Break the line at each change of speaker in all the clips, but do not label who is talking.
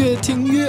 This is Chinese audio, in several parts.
越饿，越听越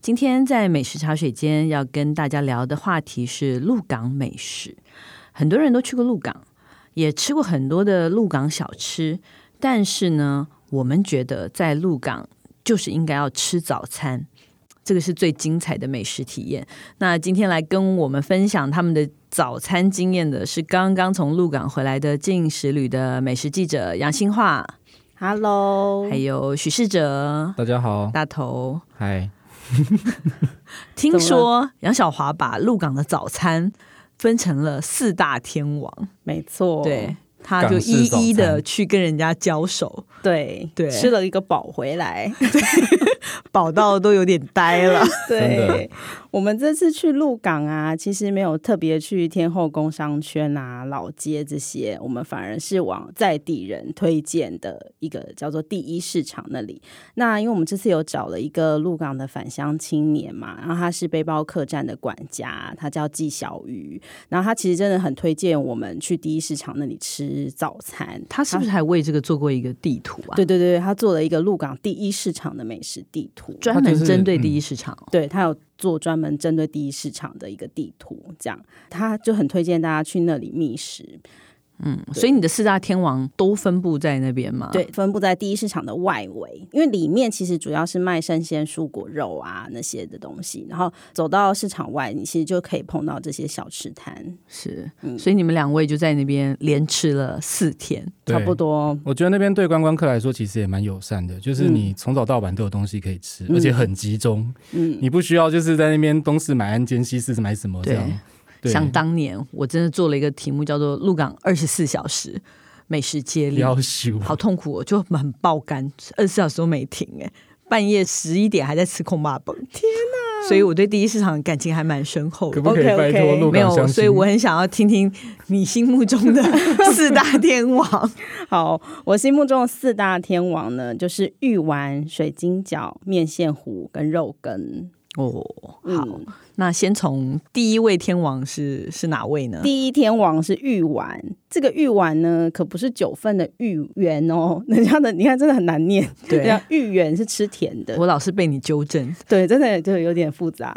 今天在美食茶水间要跟大家聊的话题是鹿港美食。很多人都去过鹿港，也吃过很多的鹿港小吃，但是呢，我们觉得在鹿港就是应该要吃早餐，这个是最精彩的美食体验。那今天来跟我们分享他们的早餐经验的是刚刚从鹿港回来的进食旅的美食记者杨新化，
Hello，
还有许世哲、
大家好，
大头。
嗨，
听说杨小华把鹿港的早餐分成了四大天王，
没错，
对，他就一一的去跟人家交手，
对
对
吃了一个饱回来。
饱到都有点呆了。
真
对
的，
我们这次去鹿港啊，其实没有特别去天后宫商圈啊、老街这些，我们反而是往在地人推荐的一个叫做第一市场那里。那因为我们这次有找了一个鹿港的返乡青年嘛，然后他是背包客栈的管家，他叫纪小鱼，然后他其实真的很推荐我们去第一市场那里吃早餐。
他是不是还为这个做过一个地图啊？
对，对对，他做了一个鹿港第一市场的美食地图，
专门针对第一市场。
对他有做专门针对第一市场的一个地图，这样他就很推荐大家去那里觅食。
嗯，所以你的四大天王都分布在那边吗？
对，，分布在第一市场的外围，因为里面其实主要是卖生鲜蔬果肉啊那些的东西，然后走到市场外，你其实就可以碰到这些小吃摊，
是。
嗯
所以你们两位就在那边连吃了四天。
差不
对。
多。
我觉得那边对观光客来说其实也蛮友善的，就是你从早到晚都有东西可以吃，
嗯
而且很集中，
嗯，
你不需要就是在那边东市买安煎，西市买什么这样。对，
想当年，我真的做了一个题目叫做“鹿港二十四小时美食接力”，
要求
好痛苦、哦，就很爆肝，二十四小时都没停哎、半夜十一点还在吃空霸本，天哪！ 所以我对第一市场感情还蛮深厚
可
的。
不可以
OK，OK
拜托鹿
没
港
有，
相
所以
亲？
我很想要听听你心目中 的四大天王。
好，我心目中的四大天王呢，就是玉丸、水晶饺、面线糊跟肉羹。
哦，好，
嗯，
那先从第一位天王是是哪位呢？
第一天王是玉丸，这个玉丸呢，可不是九份的芋圆哦， 人家的你看真的很难念，人
对
家，芋圆是吃甜的，
我老是被你纠正。
对，真的就有点复杂。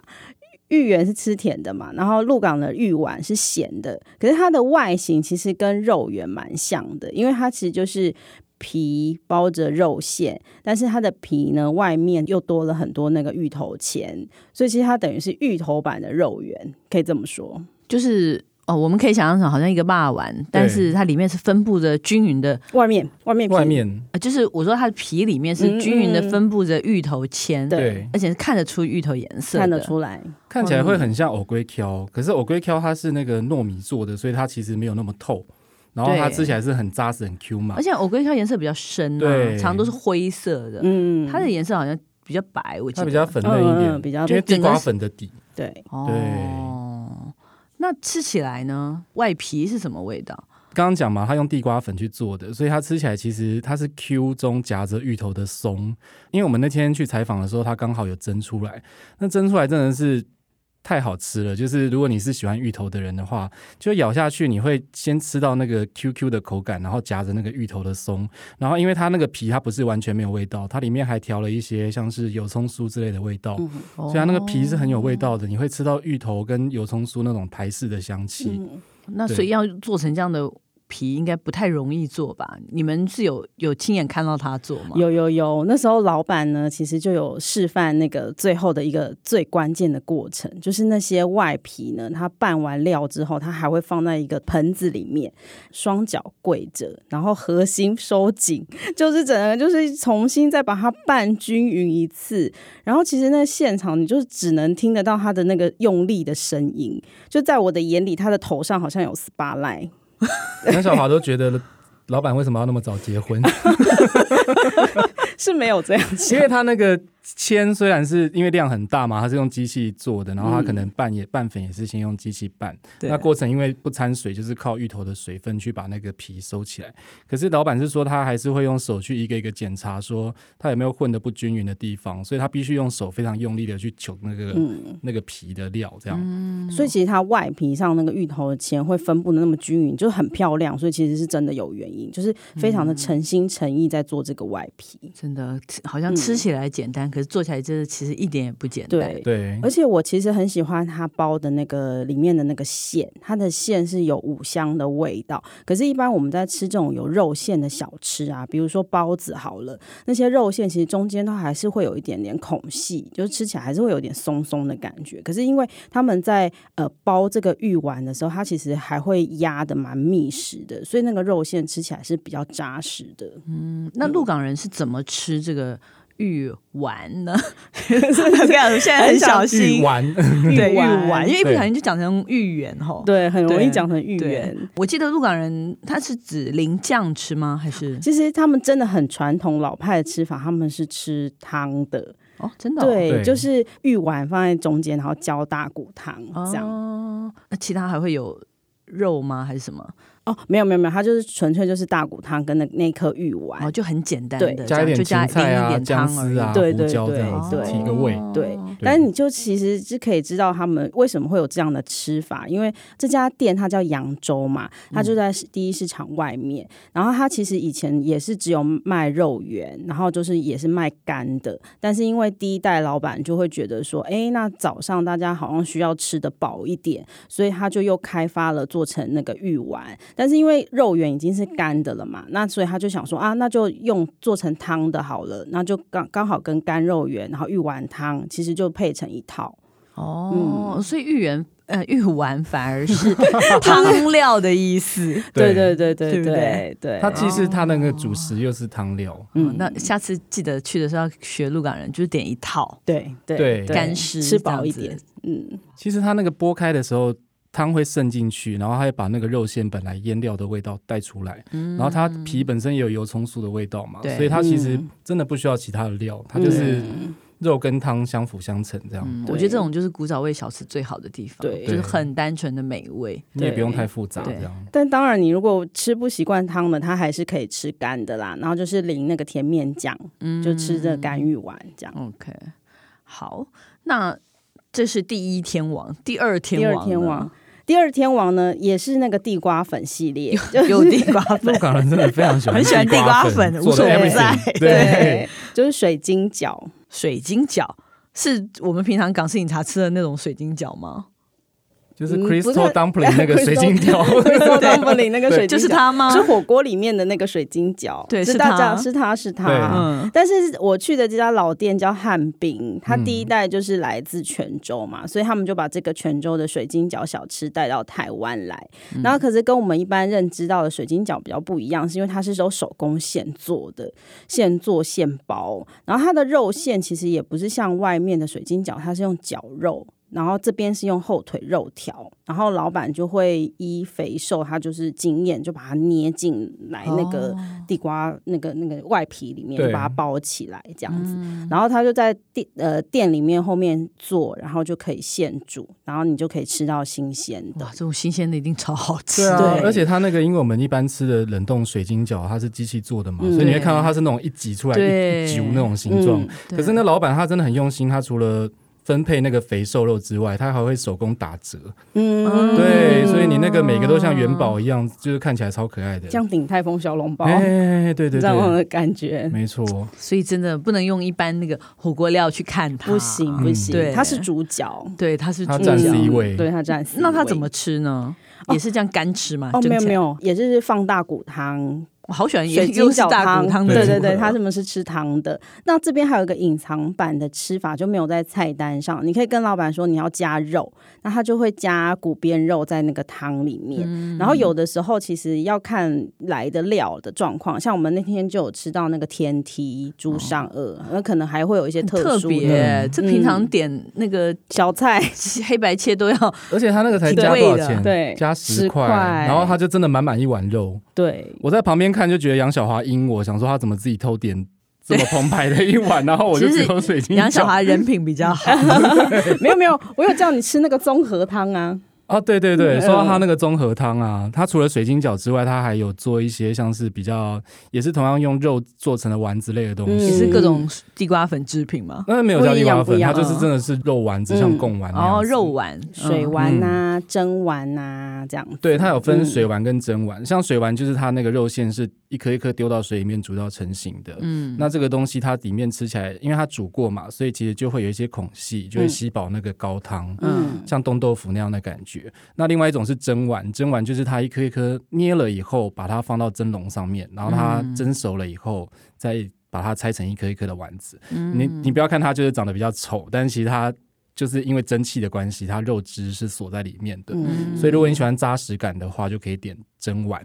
芋圆是吃甜的嘛，然后鹿港的芋丸是咸的，可是它的外形其实跟肉圆蛮像的，因为它其实就是皮包着肉馅，但是它的皮呢外面又多了很多那个芋头钱，所以其实它等于是芋头版的肉圆，可以这么说。
就是哦，我们可以想象成好像一个霸丸，但是它里面是分布着均匀的，
外面外面皮
外面
呃就是我说它的皮里面是均匀的
嗯嗯嗯
分布着芋头签，
对
对
而且是看得出芋头颜色的，
看得出来，
看起来会很像藕龟挑，可是藕龟挑它是那个糯米做的，所以它其实没有那么透，然后它
对
吃起来是很扎实很 Q 嘛
而。且藕龟壳颜色比较深、啊，
对
常常都是灰色的，
嗯，
它的颜色好像比较白，我记
它
得
比较粉嫩一
嗯嗯
点，
比较
因为地
整个
瓜
是
粉的底，
对，
哦。那吃起来呢？外皮是什么味道？
刚刚讲嘛，它用地瓜粉去做的，所以它吃起来其实它是 Q 中夹着芋头的松。因为我们那天去采访的时候，它刚好有蒸出来，那蒸出来真的是太好吃了。就是如果你是喜欢芋头的人的话，就咬下去你会先吃到那个 QQ 的口感，然后夹着那个芋头的松，然后因为它那个皮它不是完全没有味道，它里面还调了一些像是油葱酥之类的味道，
嗯
所
所以它那个皮是很有味道的，你会吃到芋头跟油葱酥那种台式的香气。
嗯，
那所以要做成这样的皮，应该不太容易做吧？你们是有有亲眼看到他做吗？
有有有，那时候老板呢，其实就有示范那个最后的一个最关键的过程，就是那些外皮呢，它拌完料之后，它还会放在一个盆子里面，双脚跪着，然后核心收紧，就是整个就是重新再把它拌均匀一次。然后其实那现场你就只能听得到它的那个用力的声音，就在我的眼里，它的头上好像有 SPA l i g h
杨小华都觉得老板为什么要那么早结婚？
t 是没有这样子。
因为他那个铅虽然是因为量很大嘛，它是用机器做的，然后它可能拌也、拌粉也是先用机器拌，
对
那过程因为不掺水，就是靠芋头的水分去把那个皮收起来。可是老板是说他还是会用手去一个一个检查，说它有没有混的不均匀的地方，所以他必须用手非常用力的去求那个、
嗯，
那个皮的料，这样。
所以其实它外皮上那个芋头的钱会分布的那么均匀，就很漂亮。所以其实是真的有原因，就是非常的诚心诚意在做这个外皮。
真的吃好
嗯
像吃起来简单，可是做起来真的其实一点也不简单。
对，
对，
而且我其实很喜欢它包的那个里面的那个馅，它的馅是有五香的味道。可是，一般我们在吃这种有肉馅的小吃啊，比如说包子好了，那些肉馅其实中间都还是会有一点点孔隙，就是吃起来还是会有点松松的感觉。可是因为他们在呃包这个玉丸的时候，它其实还会压的蛮密实的，所以那个肉馅吃起来是比较扎实的。
嗯那鹿港人是怎么吃这个玉 丸呢？ 我跟我现在很小
芋
心
丸，
对
玉
玉
丸
丸，因为一不小心就讲成芋圆吼。
对，很容易
对
讲成芋
对
圆。
我记得鹿港人他是指淋酱吃吗？还是
其实他们真的很传统老派的吃法，他们是吃汤的，
哦，真的哦、
对，
对
就是玉碗放在中间，然后浇大骨汤
哦，
这样。哦
那其他还会有肉吗？还是什么？
哦没有没有没有，它就是纯粹就是大骨汤跟那那颗玉碗。
哦，就很简单的，这
对
加
样
一点
就
芹
加
菜
淋一
啊、
点
姜
汤而已
丝啊、
对
胡
对
椒这
对
样子
对哦
提个味。
对，但是你就其实是可以知道他们为什么会有这样的吃法，因为这家店它叫扬州嘛，它就在第一市场外面。然后它其实以前也是只有卖肉圆，然后就是也是卖干的。但是因为第一代老板就会觉得说，哎，那早上大家好像需要吃的饱一点，所以他就又开发了做成那个玉丸。但是因为肉圆已经
嗯
是干的了嘛，那所以他就想说啊，那就用做成汤的好了，那就刚刚好跟干肉圆，然后玉丸汤其实就配成一套。
哦，
嗯
所以芋圆 呃芋丸反而是 汤料的意思。
对
对对对
对不
对
对
对
它既是它那个主食，又是汤料。
嗯，那下次记得去的时候要学鹿港人，就是点一套
对对
对
干湿
吃
这样
饱一
子
点，嗯，
其实它那个剥开的时候，汤会渗进去，然后它会把那个肉馅本来腌料的味道带出来，然后它皮本身也有油葱酥的味道嘛，
嗯对嗯
所以它其实真的不需要其他的料，它就是
嗯
肉跟汤相辅相成这样，
嗯
对
我觉得这种就是古早味小吃最好的地方，
对
就是很单纯的美味。
你也不用太复杂
对
这样。
但当然，你如果吃不习惯汤的，它还是可以吃干的啦。然后就是淋那个甜面酱，就吃这干
嗯
玉丸这样。
OK，好，那这是第一天王，第二天
第
王，
二天王，，第二天王呢也是那个地瓜粉系列，就
有地瓜
鹿
粉，
港人真的非常喜欢
很喜欢
地
地瓜粉
做
无
的
所
不
everything，
在
对，，
就是水晶饺。
水晶饺。是我们平常港式饮茶吃的那种水晶饺吗？
就是
嗯不是
Crystal Dumpling 那个水晶
对，
饺。
东本林那个水晶饺
就是它吗
是火锅里面的那个水晶饺，
对
是
是
大家
它
是它是它。
对
嗯，
但是我去的这家老店叫汉饼，它第一代就是来自泉州嘛，所以他们就把这个泉州的水晶饺小吃带到台湾来。然后可是跟我们一般认知到的水晶饺比较不一样，是因为它是由手工现做的，现做现包。然后它的肉馅其实也不是像外面的水晶饺，它是用绞肉。然后这边是用后腿肉条，然后老板就会依肥瘦，他就是经验就把它捏进来那个、地瓜那个那个外皮里面，
对
就把它包起来这样子。
嗯
然后他就在店呃店里面后面做，然后就可以现煮，然后你就可以吃到新鲜的
哇，。这种新鲜的一定超好吃。
对啊
对，
而且它那个，因为我们一般吃的冷冻水晶饺，它是机器做的嘛，
嗯
所以你会看到它是那种一挤出来一
对
一揪那种形状。
嗯
对
可是那老板他真的很用心，他除了分配那个肥瘦肉之外，他还会手工打折。
嗯，
对，所以你那个每个都像元宝一样，就是看起来超可爱的。
像鼎泰丰小笼包、
哎，对对
这样
对，
的感觉，
没错，
所以真的不能用一般那个火锅料去看它，
不行不行，
对
它是主角。
对，它是
嗯它
猪
占
脚
C 位
对它占 C
那它
位
怎么？吃呢？也是这样干吃吗？
哦，
蒸
没有
起来
没，有，也就是放大骨汤，
我好喜欢
水晶
又是
饺
大
汤
骨，汤的
对
组
对
合，
对，他们是吃汤的。那这边还有一个隐藏版的吃法，就没有在菜单上。你可以跟老板说你要加肉，那他就会加骨边肉在那个汤里面。
嗯
然后有的时候其实要看来的料的状况，像我们那天就有吃到那个天梯猪上颚，那、可能还会有一些
哦很特
殊的嗯
别。这平常点那个
小菜。
黑白切都要
而且他那个才
挺
加
贵
多少
的
钱？
对
加
10
十块，
块
然后他就真的满满一碗肉。
对，
我在旁边看就觉得杨小华阴我，想说他怎么自己偷点这么澎湃的一 碗，然后我就只有水晶
杨小
饺。
华人品比较好，
没有没有，我有叫你吃那个综合汤啊，
啊，对对对，
嗯
说到他那个综合汤啊，他除了水晶饺之外，他还有做一些像是比较也是同样用肉做成的丸之类的
嗯
东
也
西。
是各种地瓜粉制品嘛。
那没有叫地瓜
不
粉，
一样
它
不一
就
样
是真的是肉丸子，
嗯
像贡丸那样
哦，
子
肉。丸、
水
嗯
丸啊、蒸丸啊这样。
对，它有分
嗯
水丸跟蒸丸，像水丸就是它那个肉馅是一颗一颗丢到水里面煮到成型的。
嗯，
那这个东西它里面吃起来，因为它煮过嘛，所以其实就会有一些孔隙，就会吸饱那个高汤。
嗯
嗯，
像冻豆腐那样的感觉。那另外一种是蒸丸，蒸丸就是它一颗一颗捏了以后，把它放到蒸笼上面，然后它蒸熟了以后，再把它拆成一颗一颗的丸子。
嗯
你你不要看它就是长得比较丑，但其实它就是因为蒸汽的关系，它肉汁是锁在里面的。
嗯
所以如果你喜欢扎实感的话，就可以点蒸丸。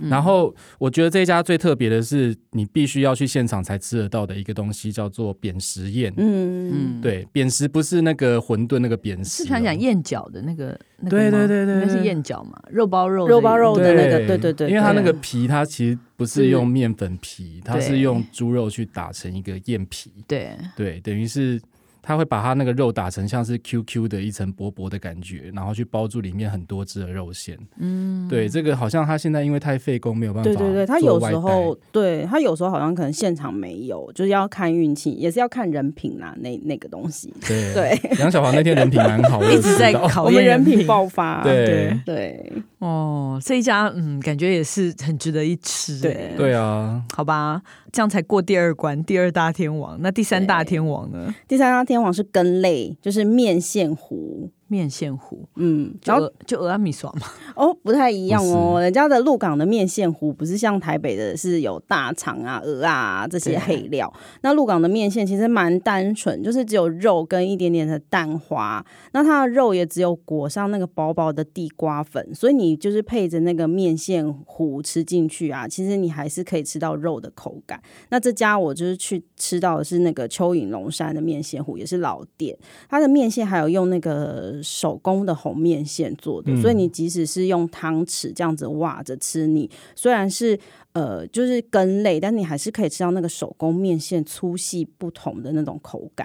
嗯
然后我觉得这家最特别的是，你必须要去现场才吃得到的一个东西，叫做扁食宴。
嗯，
对，扁食不是那个馄饨那个扁食
四
哦，
川讲燕饺的那个，那个
对
吗
对对对
应该是
对
燕饺嘛，肉包肉
肉包肉
的
的那个对对对
因为它
对啊嗯
那个皮，它其实不是用面粉皮，它
对
是用猪肉去打成一个燕皮，
对，
对，等于是它会把它那个肉打成像是 QQ 的一层薄薄的感觉，然后去包住里面很多汁的肉馅。嗯，对，这个好像它现在因为太费工，没有办法
对
做外带。
对对，他有时候对他有时候好像可能现场没有，就是要看运气，也是要看人品啦，那那个东西。
对
对，
杨小华那天人品蛮 好，我有
一直在
吃到
考
我们
验
人品
品。
爆发，
对
对，
哦，这一家嗯，感觉也是很值得一吃。
对
哎，
对啊，
好吧，这样才过第二关，第二大天王。那第三大
对
天王呢？
第三大天王是根类，就是面线糊。
面线糊，
嗯，
就
然后
鹅就鹅阿米爽嘛。
哦，不太一样
不
哦，人家的鹿港的面线糊不是像台北的是有大肠啊、鹅啊这
对
些黑料，那鹿港的面线其实蛮单纯，就是只有肉跟一点点的蛋花，那它的肉也只有裹上那个薄薄的地瓜粉，所以你就是配着那个面线糊吃进去啊，其实你还是可以吃到肉的口感。那这家我就是去吃到的是那个蚯蚓龙山的面线糊，也是老店，它的面线还有用那个手工的红面线做的，
嗯
所以你即使是用汤匙这样子挖着吃你，虽然是呃就是根类，但你还是可以吃到那个手工面线粗细不同的那种口感。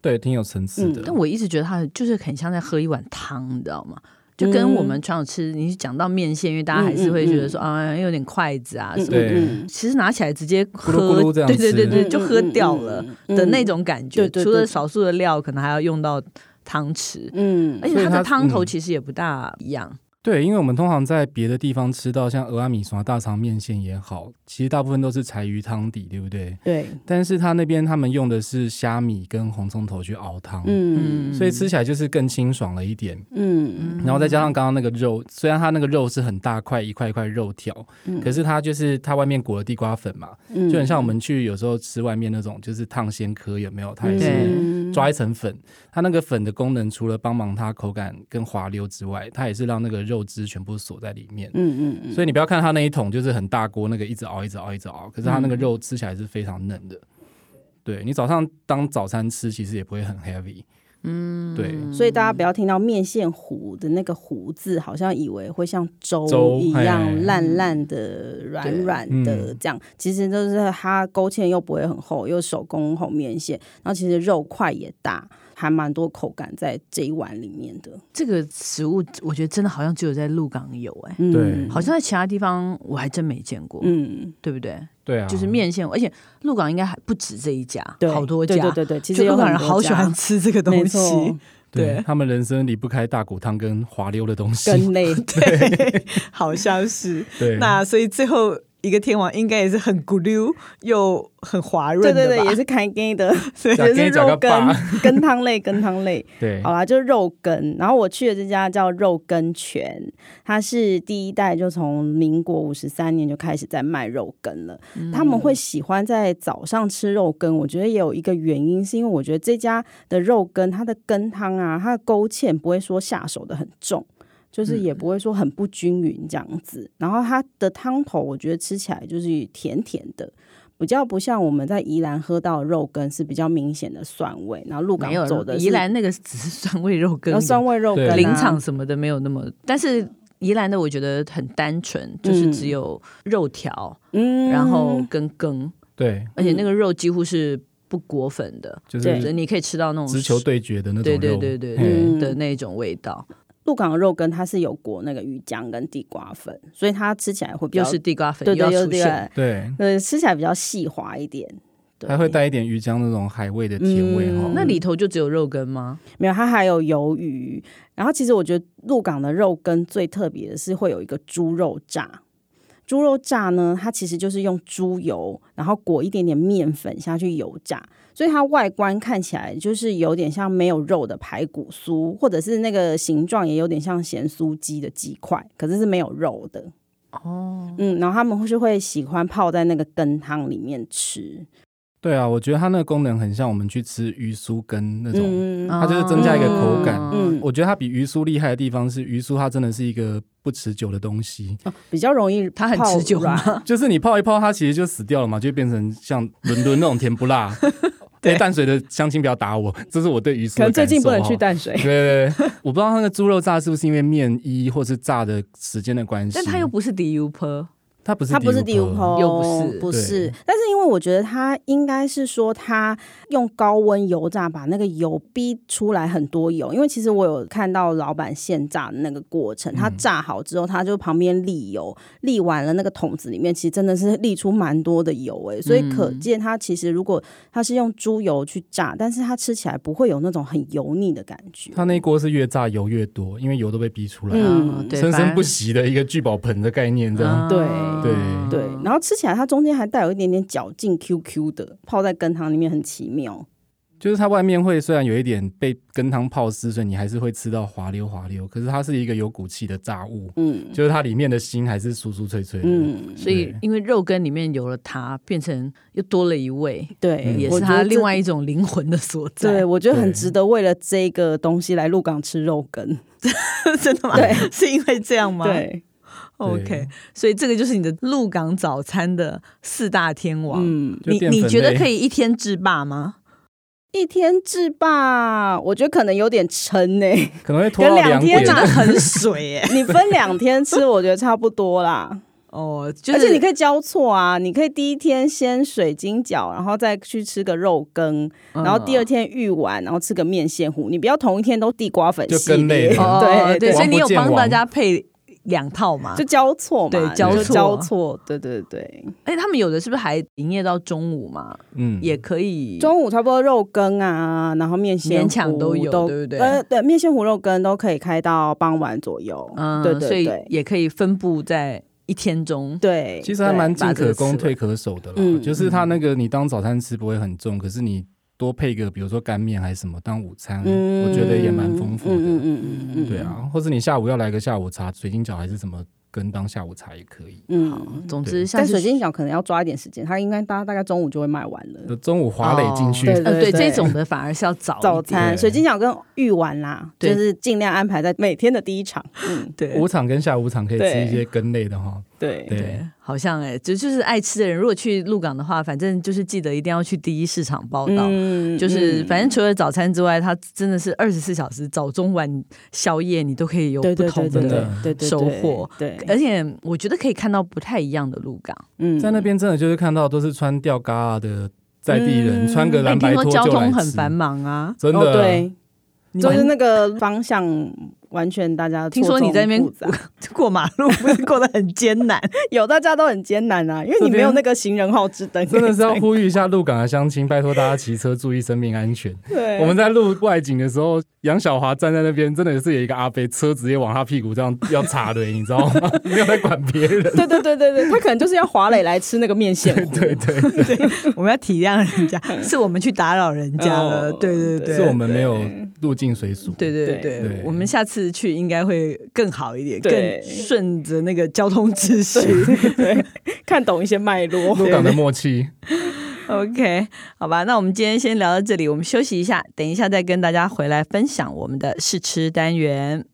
对，挺有层次
嗯
的
但。我一直觉得它就是很像在喝一碗汤，你知道吗？就跟我
嗯
们传统吃，你讲到面线，因为大家还是会觉得说啊，有点筷子啊什么的。
对
嗯
其实拿起来直接喝，
咕噜咕噜这样
对对对
吃嗯
对，就喝
嗯
掉了的那，种感觉。
对对对
除了少数的料，可能还要用到汤匙，
嗯嗯嗯嗯嗯
而
嗯
且它
所以
的
它
汤头
嗯
其实也不大一样。
对，因为我们通常在别的地方吃到像鹅阿米刷、大肠面线也好，其实大部分都是柴鱼汤底，对不对？
对，
但是他那边他们用的是虾米跟红葱头去熬汤，
嗯
嗯，
所以吃起来就是更清爽了一点。
嗯
然后再加上刚刚那个肉，虽然它那个肉是很大块一块一块肉条，
嗯
可是它就是它外面裹了地瓜粉嘛，
嗯
就很像我们去有时候吃外面那种就是烫鲜科有没有？它也
对
是
嗯
抓一层粉，它那个粉的功能除了帮忙它口感跟滑溜之外，它也是让那个肉汁全部锁在里面。
嗯嗯嗯，
所以你不要看它那一桶就是很大锅，那个一直熬一直熬一直熬，可是它那个肉吃起来是非常嫩的。对你早上当早餐吃，其实也不会很 heavy。嗯，对，
所以大家不要听到面线糊的那个糊字，好像以为会像粥
粥
一
嘿
样烂烂的、软软的这样。其实就是它勾芡又不会很厚，又手工红面线，然后其实肉块也大，还蛮多口感在这一碗里面的。
这个食物，我觉得真的好像只有在鹿港有、哎，
嗯
对
好像在其他地方我还真没见过，
嗯，
对不对？
对啊，
就是面线，而且鹿港应该还不止这一家，
对，
好多
对
家。
对对对，其实
就
有
鹿港人
很多
好喜欢
家
吃这个
没
东西，
错，
对
对他们人生离不开大骨汤跟滑溜的东西。
根类
好像是。
对，
那所以最后一个天王应该也是很咕溜又很滑润
对
的
对
吧？
对，也是开根的，
假
也是
给假
肉
个
根
爸
羹汤类，羹汤类。
对
哦
好啦，就是肉羹。然后我去的这家叫肉羹泉，它是第一代就从民国五十三年就开始在卖肉羹了。
嗯
他们会喜欢在早上吃肉羹，我觉得也有一个原因，是因为我觉得这家的肉羹，它的羹汤啊，它的勾芡不会说下手的很重。
嗯
就是也不会说很不均匀这样子，然后它的汤头我觉得吃起来就是甜甜的，比较不像我们在宜兰喝到的肉羹是比较明显的蒜味，然后鹿港
没有
走的是
宜兰那个只是酸味肉羹
然后，酸味肉羹、
对
啊、
林场什么的没有那么，但是。宜兰的我觉得很单纯，就是只有肉条，
嗯，
然后跟羹，
对，
而且那个肉几乎是不裹粉的，
就
对
所以
是
你可以吃到那种
直球对决的那种
对
肉，
对对对
嘿
对
嗯
的那种味道，
鹿港的肉羹它是有裹那个鱼浆跟地瓜粉，所以它吃起来会比
又
较
是地瓜粉
对
又
对
要
有
出现，
点
对，
呃吃起来比较细滑一点。对
它会带一点鱼浆那种海味的甜味哈、
嗯
那里头就只有肉羹吗？
没有，它还有鱿鱼。然后其实我觉得鹿港的肉羹最特别的是会有一个猪肉炸。猪肉炸呢，它其实就是用猪油，然后裹一点点面粉下去油炸，所以它外观看起来就是有点像没有肉的排骨酥，或者是那个形状也有点像咸酥鸡的鸡块，可是是没有肉的。哦，嗯，然后他们是会喜欢泡在那个羹汤里面吃，
对啊，我觉得它那个功能很像我们去吃鱼酥跟那种。
嗯
啊
它就是增加一个口感
嗯
嗯
我觉得它比鱼酥厉害的地方是，鱼酥它真的是一个不持久的东西，
比较容易
它很
泡
持久
软
吗？
就是你泡一泡，它其实就死掉了嘛，就变成像伦敦那种甜 不辣。对、淡水的乡亲不要打我，这是我对鱼酥的
可能最近不能
感受
去
哦
淡水
对。对对，我不知道那个猪肉炸是不是因为面衣或是炸的时间的关系，
但它又不是 DU per，
它不是
它不是
地
第
五
五
泡，
泡，
又不是
哦不是。但是因为我觉得它应该是说，它用高温油炸把那个油逼出来很多油，因为其实我有看到老板现炸的那个过程，
嗯
它炸好之后，它就旁边沥油，沥完了那个桶子里面，其实真的是沥出蛮多的油诶、所以
嗯
可见它其实如果它是用猪油去炸，但是它吃起来不会有那种很油腻的感觉。
它那一锅是越炸油越多，因为油都被逼出来，
嗯
嗯，对，
生
反
生
而嗯啊
不息的一个聚宝盆的概念，这样。
对
对
对，然后吃起来它中间还带有一点点嚼劲，QQ 的，泡在羹汤里面很奇妙。
就是它外面会虽然有一点被羹汤泡湿，所以你还是会吃到滑溜滑溜，可是它是一个有骨气的炸物，
嗯，
就是它里面的心还是酥酥脆脆的。
嗯，
所以
对
因为肉羹里面有了它，变成又多了一味，
对，
嗯
也
我
是
觉
它
得
另
这
外一种灵魂的所
对，
在。
我觉得很
对
值得为了这个东西来鹿港吃肉羹。
真的吗？
对，
是因为这样吗？
对，
，OK，所以这个就是你的鹿港早餐的四大天王。
嗯，
就
你
淀粉
你觉得
类
可以一天制霸吗？
一天制霸，我觉得可能有点撑 呢、
可能会拖到
有两
点
天。呐
很水耶、
你分两天吃，我觉得差不多啦。
哦，就
而且
是
你可以交错啊，你可以第一天先水晶饺，然后再去吃个肉羹，
嗯
然后第二天玉丸，然后吃个面线糊。你不要同一天都地瓜粉
就
系
跟类
列，
的
哦
对
对，
王
所以你
不
有
见
帮
王
大家配两套嘛？
就交错嘛，
对交
就
错
交错，对对对。
而哎且他们有的是不是还营业到中午嘛？
嗯，
也可以。
中午差不多肉羹啊，然后面线糊
勉强都有对不对
呃，对，面线糊肉羹都可以开到傍晚左右。
嗯，
对对
所以
对
也可以分布在一天中。
对，
其实还蛮进可
把这个吃
攻
了
退可守的啦。
嗯
就是它那个你当早餐吃不会很重，可是你多配个比如说干面还是什么当午餐，我觉得也蛮丰富
嗯
的。
嗯嗯嗯嗯嗯，
对，啊，或者你下午要来个下午茶，水晶饺还是什么羹当下午茶也可以。
嗯。
总之，
对
像
但
是
水晶饺可能要抓一点时间，它应该大大概中午就会卖完了。
就中午滑垒进去，
嗯哦
呃，对
对对
这种的反而是要早一
早
点
餐
对
水晶饺跟玉丸啦，
对
就是尽量安排在每天的第一场。嗯，
对
午场跟下午场可以吃
对
一些羹类的哈。
对，
对，
好像哎、就就是爱吃的人，如果去鹿港的话，反正就是记得一定要去第一市场报道。
嗯
就是
嗯
反正除了早餐之外，它真的是二十四小时，早中晚宵夜你都可以有
对
不
对
同的。
对对
真
对
的
对对
收获，
对，
而且我觉得可以看到不太一样的鹿港。
哎嗯
在那边真的就是看到都是穿吊嘎啊的在地人，
嗯
穿个
哎，
蓝
听
白
说
拖
交
就来
通很
吃，
繁忙啊，
真
哦
的。
对，
你
就是那个方向完全大家
听说你在那边
错综复杂
过马路不是过得很艰难？
有，大家都很艰难啊，因为
这
你没有
边
那个行人号之灯，
真的是要呼吁一下鹿港的乡亲，拜托大家骑车注意生命安 全。我们在录外景的时候，杨小华站在那边，真的是有一个阿伯车直接往他屁股这样要插的，你知道 吗？没有在管别人。
对对对对对，他可能就是要华磊来吃那个面线糊，
对对，
我们要体谅人 家，是我们去打扰人家了。
哦
对对对，
是我们没有入境随俗。
对对
对
对，
对
我们下次去应该会更好一点，
对
更顺着那个交通秩序。
对对，看懂一些脉络。
鹿港的默契，
OK，好吧，那我们今天先聊到这里，我们休息一下，等一下再跟大家回来分享我们的试吃单元。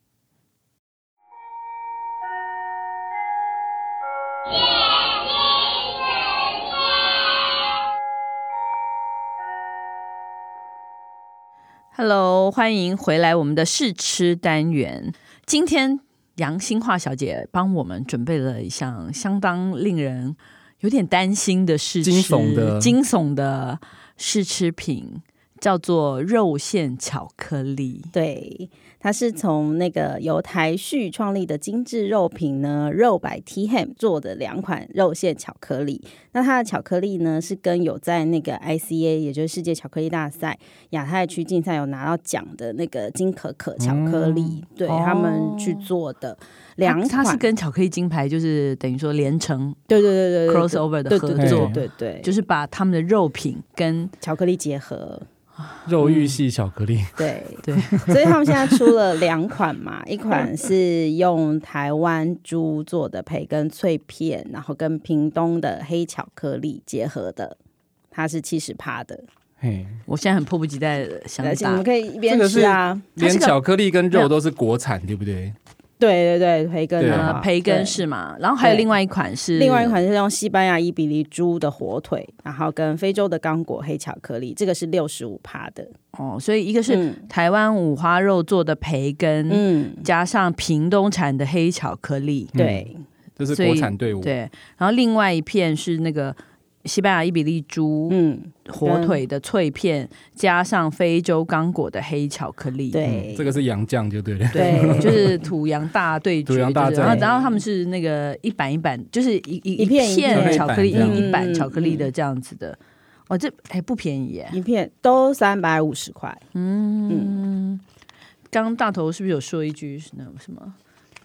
Hello，欢迎回来我们的试吃单元。今天杨新化小姐帮我们准备了一项相当令人有点担心的试吃，
惊悚的
惊悚的试吃品，叫做肉馅巧克力。
对，它是从那个由台旭创立的精致肉品呢肉百 T Ham 做的两款肉馅巧克力。那它的巧克力呢是跟有在那个 ICA，也就是世界巧克力大赛亚太区竞赛有拿到奖的那个金可可巧克力，对、
哦
他们去做的两款，
它它是跟巧克力金牌就是等于说连成
对对对对对
crossover 的
对
合
对对
作
对，对对，
就是是把他们的肉品跟
巧克力结合。
肉欲系巧克力，
对
对，
所以他们现在出了两款嘛，一款是用台湾猪做的培根脆片，然后跟屏东的黑巧克力结合的，它是七十趴的，
嘿，
我现在很迫不及待地想
而且你
打
们可以一边吃啊，
它
连
是个
巧克力跟
没
肉
有
都是国产，对不对？
对对对，培根
对
啊
呃，培根是嘛？然后还有另外一款是
对。另外一款是用西班牙伊比利猪的火腿，然后跟非洲的刚果黑巧克力，这个是六十五趴的，
哦，所以一个是
嗯
台湾五花肉做的培根，
嗯，
加上屏东产的黑巧克力，
对，
这是
所以
国产队伍，
对，然后另外一片是那个西班牙伊比利猪、
嗯，
火腿的脆片，加上非洲刚果的黑巧克力，
对，
嗯这个是洋酱，就对了。
对，就是土洋大对决，
土洋大
就是然后
战
然后他们是那个一板一板，就是一一
一片一
片
片
巧克力，
一板这
样
一板巧克力的这样子的。哦，这哎不便宜耶。
一片都三百五十块，
嗯，刚刚大头是不是有说一句是那什么？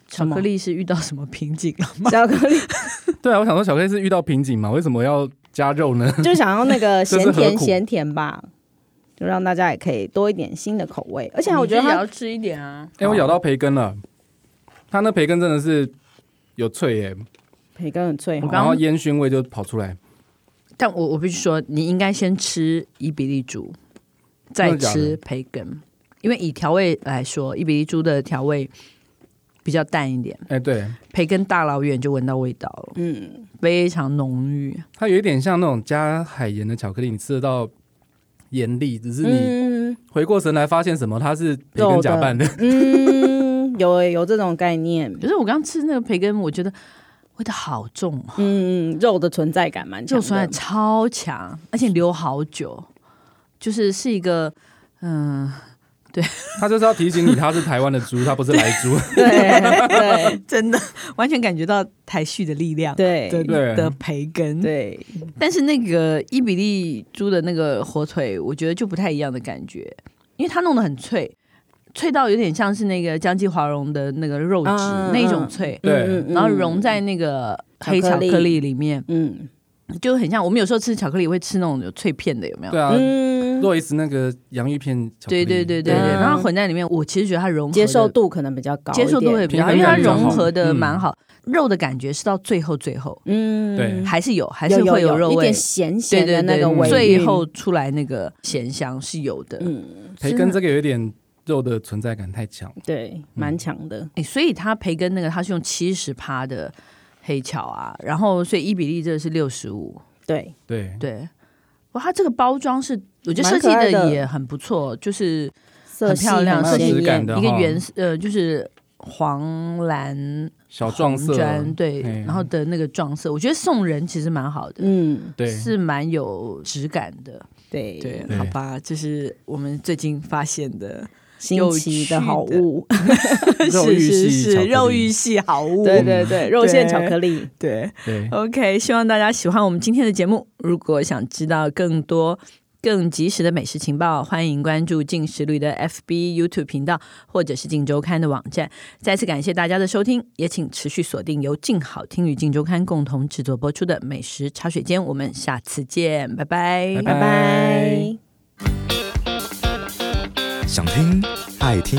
巧克力是遇到什么瓶颈了吗？
巧克力
对啊，我想说巧克力是遇到瓶颈嘛，为什么要加肉呢？
就想要那个
这是
咸
何
甜
苦
咸甜吧，就让大家也可以多一点新的口味。而且我觉得
你自己也
它
要吃一点啊。
哎、我咬到培根了，它那培根真的是有脆耶、
培根很脆
我
哦，
刚
然后烟熏味就跑出来。
但我我必须说，你应该先吃伊比利猪，再
真的假的
吃培根，因为以调味来说，伊比利猪的调味比较淡一点，
哎、对，
培根大老远就闻到味道了，
嗯，
非常浓郁。
它有一点像那种加海盐的巧克力，你吃得到盐粒，只是你
嗯
回过神来发现什么，它是培根假扮的。
嗯，有有这种概念，
可是我刚吃那个培根，我觉得味道好重哦，
嗯，肉的存在感蛮强
肉
的，
酸感超强，而且留好久，就是是一个嗯，
它就是要提醒你，它是台湾的猪，它不是来 猪。
嗯
对
真的完全感觉到台序的力量
对对
对
的培根，
对，
但是那个伊比利猪的那个火腿，我觉得就不太一样的感觉，因为它弄得很脆，脆到有点像是那个江记华容的那个肉质、
嗯
那一种脆，
对
嗯
然后融，在那个黑巧克力里面，
嗯
就很像我们有时候吃巧克力会吃那种有脆片的，有没有？
对啊，
嗯，
洛伊斯那个洋芋片巧克
对
力，
对对对，
对
然后混在里面，我其实觉得它融合
接
的
受度可能比较嗯高一
接
点，
受度会比较好，因
平
为它
衡感比较好
融合的蛮好，肉的感觉是到最后最后
嗯，
对
还是有，还
有
是会
有
肉
一
味
点。咸
对
咸
对
的那个
对，
尾
最
韵
后，出来那个咸香是有的，
嗯，
培根这个有一点肉的存在感太强。
对，蛮强的，
欸所以它培根那个它是用七十趴的黑巧啊，然后所以伊比利这个是六十五，
对，
对，
对，哇，它这个包装是我觉得设计
蛮可爱
的
的
也很不错，就是
色系
漂亮
很
色系
鲜
感
艳
的
一个
哈
原呃就是黄蓝
小
红
撞色，
砖对，
嗯
然后的那个撞色，我觉得送人其实蛮好的。
嗯，
对，
是蛮有质感的，
对
对，
对
好吧，这是我们最近发现的，
新奇的好物，
肉 欲
是是
系巧克
是
力
肉欲系好物，
对对对，肉馅巧克力，
对，
对，
OK，希望大家喜欢我们今天的节目。如果想知道更多、更及时的美食情报，欢迎关注进食率的 FB、YouTube 频道，或者是静周刊的网站。再次感谢大家的收听，也请持续锁定由静好听与静周刊共同制作播出的《美食茶水间》，我们下次见，拜拜
拜
拜拜。
想听爱听，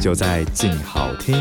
就在静好听。